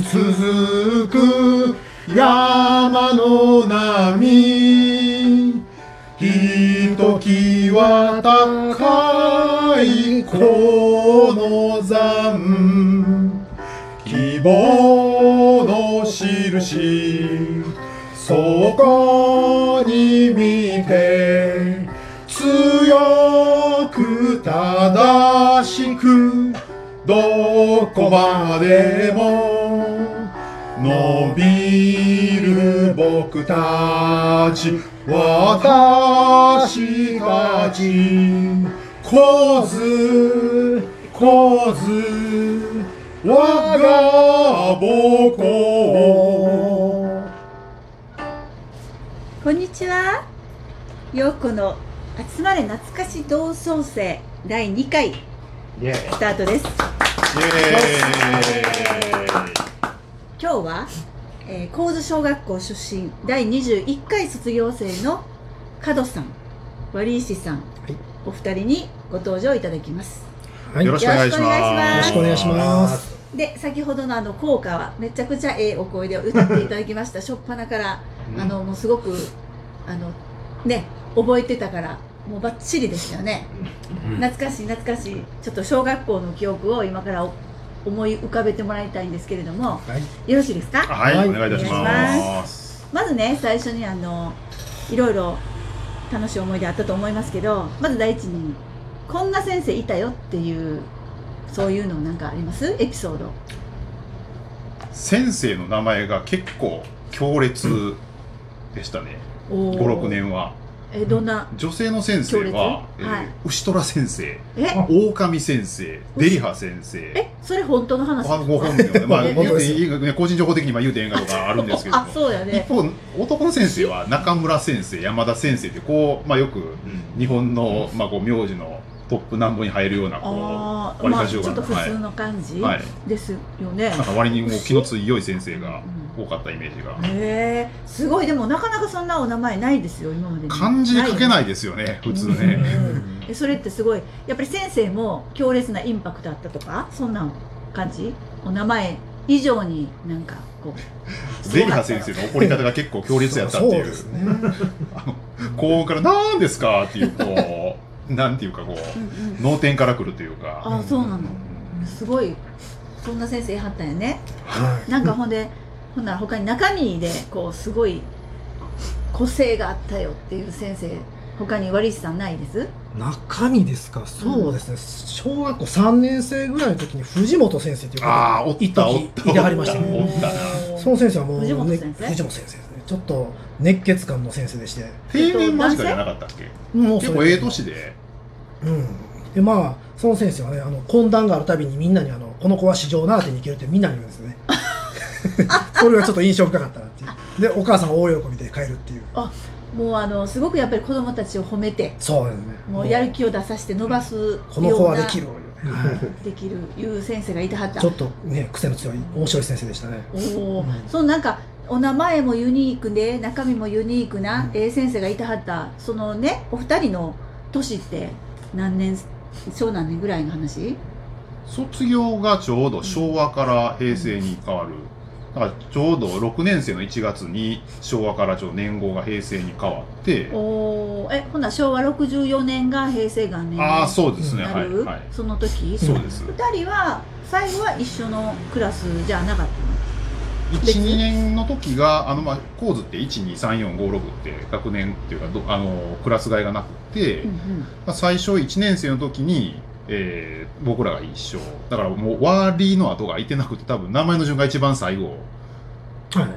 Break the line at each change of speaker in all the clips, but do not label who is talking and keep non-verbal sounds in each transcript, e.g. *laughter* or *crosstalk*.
続く山の波ひときわ高いこの山希望の印そこに見て強く正しくどこまでも伸びる僕たち私たちこずこず我が母校
こんにちは。ようこの集まれ懐かし同窓生第2回
イエーイ
スタートです。
イエーイ
今日は、えー、高津小学校出身第21回卒業生の角さん、割石さん、
い
お二人にご登場いただきます。
はい、
よろしくお願いします。
よろしくお
願いします。
で先ほどのあの効果はめちゃくちゃええお声で歌っていただきました初っ端から、
うん
あのもうすごくあのね覚えてたからもうバッチリでしたよね、
うん
懐かしい懐かしいちょっと小学校の記憶を今からお思い浮かべてもらいたいんですけれども
はい、
よろしいですか
は、
はいい
お願いいたし
お願いし
ます。
まずね最初にあのいろいろ楽しい思い出あったと思いますけどまず第一にこんな先生いたよっていうそういうのなんかありますエピソード
先生の名前が結構強烈でしたね。5、
おー
6年は。
えどんな
女性の先生は、え
強烈はい
ー牛虎先生、
え
狼先生、デリハ先生。
えそれ本当の話
あご本名で、まあ、
え
言う
本当
て
です
いいかね個人情報的にまあ言うてええんかとかあるんですけども
あそうや
一
ね
方男の先生は中村先生山田先生ってこう、まあ、よく日本の、まあ、こう名字のトップ何本に入るようなこ
ああ
割り
まあ
勘
ち
しよ
ょ
うか
っ
な
と普通の感じ
う、はい、
ですよね、
なんか割にもう気の強い先生が
う
多かったイメージが
んへえすごいでもなかなかそんなお名前ないですよ今までに
漢字書け
い
ないですよね普通
うん
ね
えそれってすごいやっぱり先生も強烈なインパクトあったとかそんな感じお名前以上になんか
*laughs*
こう
デリハ先生の怒り方が結構強烈やったってい
そう
う
ですね。
高音から「なんですか?」っていうこうなんていうかこ
う
うん
うん
脳天からくるというか
あそうなのすごいそんな先生いはったんやね
は
なんかほんでほんなら他に中身でこうすごい個性があったよっていう先生他に割石さんないです
い。中身ですか。そうですね。小学校三年生ぐらいの時に藤本先生という方
ああおっ
一
たおっ
時
た
いてはりました
おっ
ね。
たな
その先生はもうね
藤本先生
藤本先生ですね。ちょっと熱血感の先生でして、
定年間近じゃなかったっけ
も
結構ええ年で
うん。でまあその先生はねあの懇談があるたびにみんなにあのこの子は市場なあてに行けるってみんなに言うんです
*laughs*
ね。それがちょっと印象深かったなっていう。でお母さん大喜びで帰るっていう。
もうあのすごくやっぱり子供たちを褒めて
そうですね。
もうやる気を出させて伸ばすような
この子はできる。
できるいう先生がいてはった
ちょっとね癖の強い面白い先生でしたね。
おお、
うん
そのなんかお名前もユニークで中身もユニークな、
うん
ええ先生がいてはったそのねお二人の年って何年小何年ぐらいの話
卒業がちょうど昭和から平成に変わるだからちょうど6年生の1月に昭和からちょうど年号が平成に変わって
おおえほな昭和64年が平成元年
ああそうですね
な
はい
る、
はい
その時
そうです
2人は最後は一緒のクラスじゃなかっ別
12年の時があのまあ構図って123456って学年っていうかどあのクラス替えがなくて、
たの、うんうん、
まあ、最初1年生の時に、えー僕らが一緒だからもうワーリーの後が空いてなくて多分名前の順が一番最後
はい。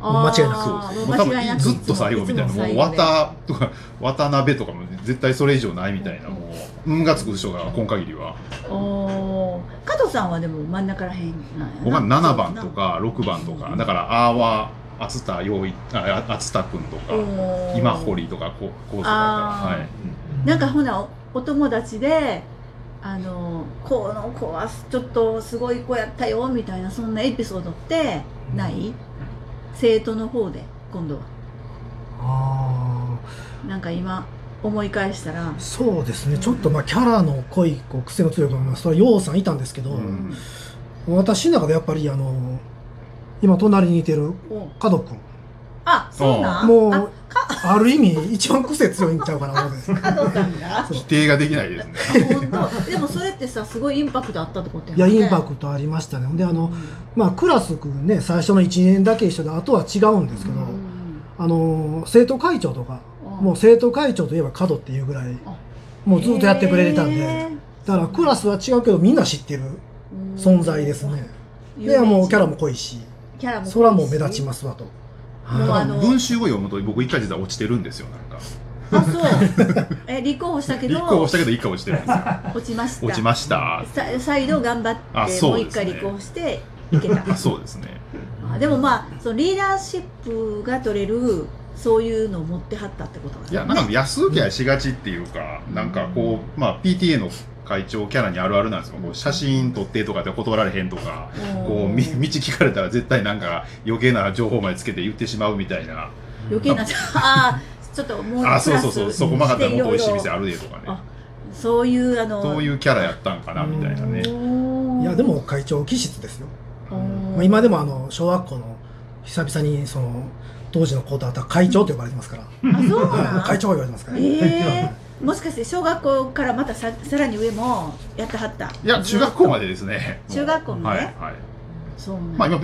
もう間違いなく
あー
もう
も
多
う間違いな
分
く
ずっと最後みたいな
つ
も
も
う
最後で
綿とか渡辺とかも絶対それ以上ないみたいなもう「ん」がつく人が今限りは
おー加藤さんはでも真ん中らへんなんやな
僕は7番と
そ
か6番とかだから「あ」は熱田陽一あ熱田君とか
うなんおー
今堀とかこうこうとか
あー
はい
なんかほなおお友達であのこの子はちょっとすごい子やったよみたいなそんなエピソードってない生徒の方で今度は
あ
なんか今思い返したら
あ、そうですね。ちょっとまあキャラの濃いこう癖の強い子がまあそれはようさんいたんですけど、
うん
私の中でやっぱりあの今隣にいてる
お
角君
あそうなん
もう
あ
ある意味一番癖強いんちゃうかな思
*laughs*
って
加藤さんが
否定ができないですね。
本当でもそれってさすごいインパクトあったってこと
いや
ね
インパクトありましたねほんであ
う
の
ん
まあクラス君ね最初の1年だけ一緒であとは違うんですけど、
うん
あの生徒会長とかもう生徒会長といえば角っていうぐらい
あ
もうずっとやってくれてたんで、
へー
だからクラスは違うけどみんな知ってる
うん
存在ですね、
有名
で
人
もうキャラも濃いし
キャラも濃いし
そらもう目立ちますわと、
*laughs* もうあの
文集を読むと僕一回実は落ちてるんですよ、なんか。
あそうえ立候補したけ
立
ど
候補したけど一回落ちてるんですよ。
*laughs* 落ちました
落ちました。
さ再度頑張って
あ
も
そうう
一
です
回
ね
立候補してい
*laughs*
けた
あそうですね。
あでもまあそのリーダーシップが取れるそういうのを持ってはったってことだね
いや、なんか安請け合いしがちっていうか、なんかこう、まあ PTA の会長キャラにあるあるなんですよ。こう写真撮ってとかで断られへんとか、こう、み道聞かれたら絶対なんか余計な情報までつけて言ってしまうみたいな。
余計なあーちょっともう
あ、そうそうそ
プラ
う、
ス
そこ曲がったらもっと美味しい
して
店
ろ
あるでとかね。
あろそういうあの
そういうキャラやったんかな、みたいなね。
おー
いやでも会長気質ですよ、
お
まあ、
ー
今でもあの小学校の久々にその当時の子とあった会長と呼ばれてますから、
あそう
はい
な
も
ん
う会長が言われてますから、 *laughs*
えー、もしかして小学校からまたささらに上もやってはった
いや、中学校までですね。
中学校ま
はい
で、
はい。
そうなん
まあ今、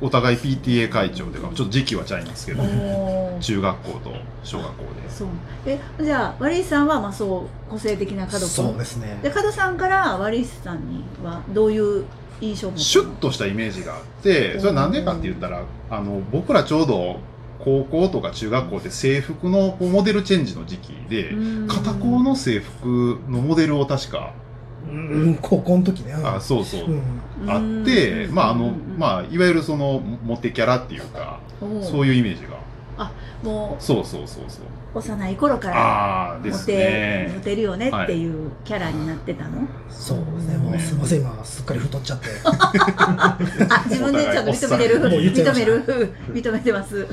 お互い PTA 会長というか、ちょっと時期はちゃいますけど、
おー
中学校と小学校で。
そうえじゃあワリスさんはまあそう個性的な角君
そうですね
で角さんからワリスさんにはどういう印象も
シュッとしたイメージがあって、それはなんでかって言ったら、あの、僕らちょうど、高校とか中学校って制服のこうモデルチェンジの時期で、片方の制服のモデルを確か、
うん、高校の時ね
あ、そうそうう、
ん、
あって、まああの、まあいわゆるその、モテキャラっていうか、
あ
そういうイメージが。
も
そうそうそうそう。
う幼い頃から
ああ、で
モ
す
テモ
ね。
テるよねっていうキャラになってたの、
そうですねもうすいません今すっかり太っちゃって
あ自分でちゃんと認めてる
も
う言っちゃいま
認
し
め
た
る *laughs* 認めてます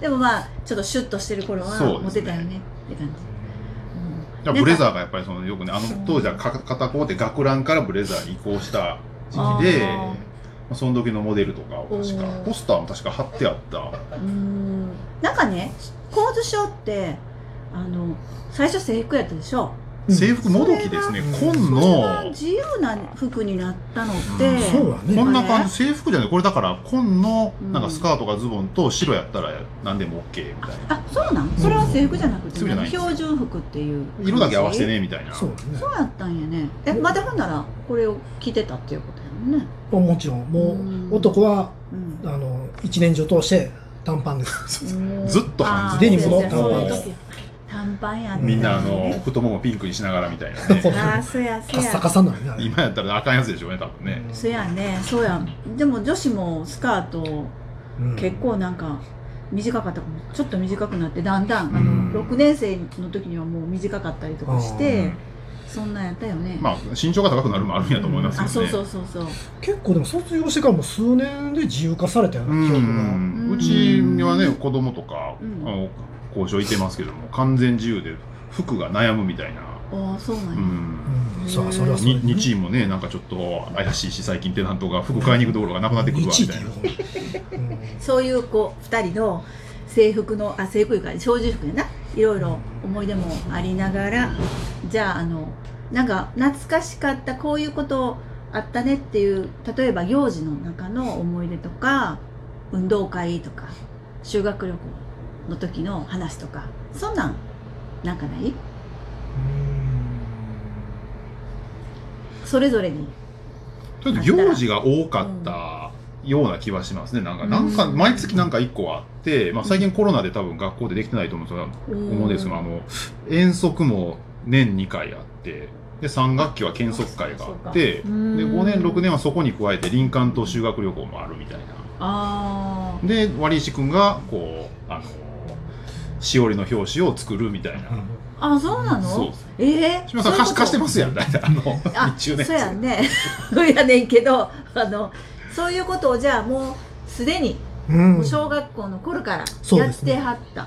でもまあちょっとシュッとしてる頃はモテたよねって感じ、
だからブレザーがやっぱりそのよくね、あの当時はか片方で学ランからブレザーに移行した時期で、
あー
まあその時のモデルとかを確か
おー、
ポスターも確か貼ってあった。
ーんなんかね構図書ってあの最初制服やったでしょ
制服もどきですね
うん、
紺
それが
の、
自由な服になったのって、
うん
そうだね
こんな
あ
感
れ
じ、制服じゃない、これだから紺の
うん
なんかスカートかズボンと白やったら何でも OK みたいな。
あそうなんそれは制服じゃなくて、
そうじゃないです
標準服っていう
色だけ合わせてね、みたいな。
そうですね
そうやったんやねえまだほんならこれを着てたっていうことやもんね、
もうもちろんもう男は
うん
あの一年中通して短パン
*laughs*
です
ずっと半
あー
ズボン
デニムの短パン
そういう時短パンやったんやね
みんなあの、太ももピンクにしながらみたいなね。
そう
あーそうやそ
カッ
うや
サカサなのねあれ
今やったらあかんやつでしょうね、多分ね。
そうやねそうやでも女子もスカート
うん
結構なんか短かったかもちょっと短くなってだんだんあ
うん
の6年生の時にはもう短かったりとかし
う
て
ん
そんなんやったよね、
まあ、身長が高くなるもあるんやと思いますけど
あ
ね。
そうそうそうそう
結構でも卒業してからもう数年で自由化されたよう
う
な記憶が
ん、
うん
うちはね子供とか、
うん
あの交渉いてますけども完全自由で服が悩むみたいな、
ああそうなん
う
や、
ん、
うんそうそれはそう
に2チームもねなんかちょっと怪しいし最近テナントが服買いに行くところがなくなってくるわみ
1位ったて
い
い
な
うほんまに
そういうこう2人の制服のあ制服いうか小獣服やないろいろ思い出もありながらじゃああのなんか懐かしかったこういうことあったねっていう例えば行事の中の思い出とか運動会とか修学旅行の時の話とかそんなんなんかないそれぞれに
ちょっと行事が多かったような気はしますねなんかなんか
うん
毎月なんか1個あって、まあ、最近コロナで多分学校でできてないと思うんですよ思うんですけどあの遠足も年2回あってで3学期は見足会があって。で
5
5年6年はそこに加えて林間と修学旅行もあるみたいな
あー
で割石君がこうあのしおりの表紙を作るみたいな、
あそうなの
そう
ええ
島田さん貸し貸してますやん大体 *laughs* あの
あ、
一応ね
そうやんね。 *laughs* そうやねんけど、あの、そういうこと *laughs* をじゃあもうすでに
うんうん
小学校の頃から
そう
や
で
っ
すね
てはった。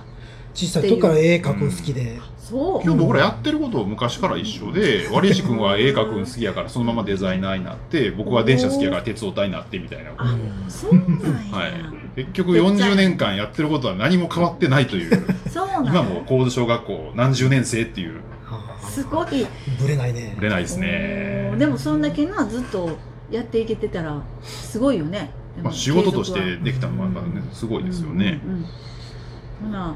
小さい時から絵描くの好きで、
そう
今日僕らやってること昔から一緒で、割石君は絵描くん好きやからそのままデザイナーになって、僕は電車好きやから鉄オタになってみたいな。
あ
うん
そうなんや、
はい。結局40年間やってることは何も変わってないという、 *laughs*
そうなんや
今も高津小学校何十年生っていう、
すごい
ぶれないね
売れないですね
おー。でもそんだけなずっとやっていけてたらすごいよねでも
まあ、仕事とし
継続
て
は
できたのはやっぱね、すごいですよね。
うんうんうんほな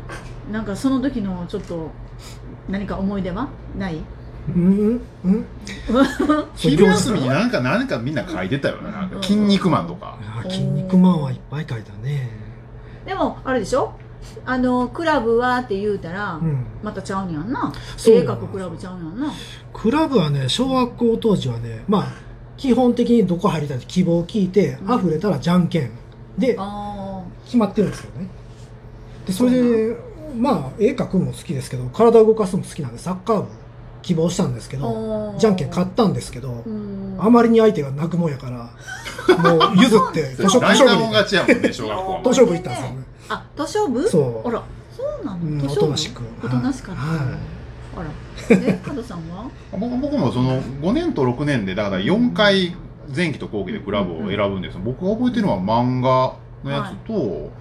なんかその時のちょっと何か思い出はない *laughs*
うんうんうん
昼休みになんか、なんかみんな書いてたよな。なんか筋肉マンとか。
あー筋肉マンはいっぱい描いたね
でもあれでしょあのクラブはって言うたら、
うん
またちゃうんやんな
そう
絵描くクラブちゃうんやんな
クラブはね小学校当時はねまあ基本的にどこ入りたいって希望を聞いて、
うん
溢れたらじゃんけんで
あ
決まってるんですよねでそれでまあ絵描くのも好きですけど体を動かすのも好きなんでサッカー部希望したんですけど
ー
じゃんけん勝ったんですけど
うん
あまりに相手が泣くもんやからもう譲って
*laughs*
図書
大
図書
胆もん
部に
勝ちやもんね、小学校は
図書部行ったんですよね
あ図書部
そう
あらそうなの、
うん
図
お
書部
となしく
おとなしかった、
はい
あらで加藤さんは
僕僕もその5年と6年でだから4回前期と後期でクラブを選ぶんです僕が覚えてるのは漫画のやつと、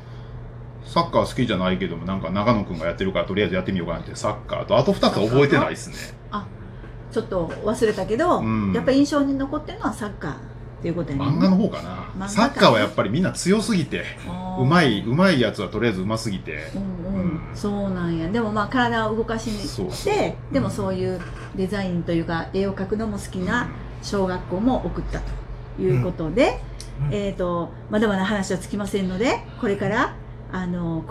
サッカー好きじゃないけどもなんか長野くんがやってるからとりあえずやってみようかなってサッカーとあと2つは覚えてないですね
ちょっと忘れたけど、
うん
やっぱり印象に残ってるのはサッカーっていうことやね
漫画の方か
漫画
な
か
サッカーはやっぱりみんな強すぎて
あー
うまいうまいやつはとりあえずうますぎて
うんうん、
うん
そうなんやでもまあ体を動かしに
そう
し
そう
てでもそういうデザインというか絵を描くのも好きな小学校も送ったということで、
うん
えっ、とまだまだ話はつきませんのでこれからあの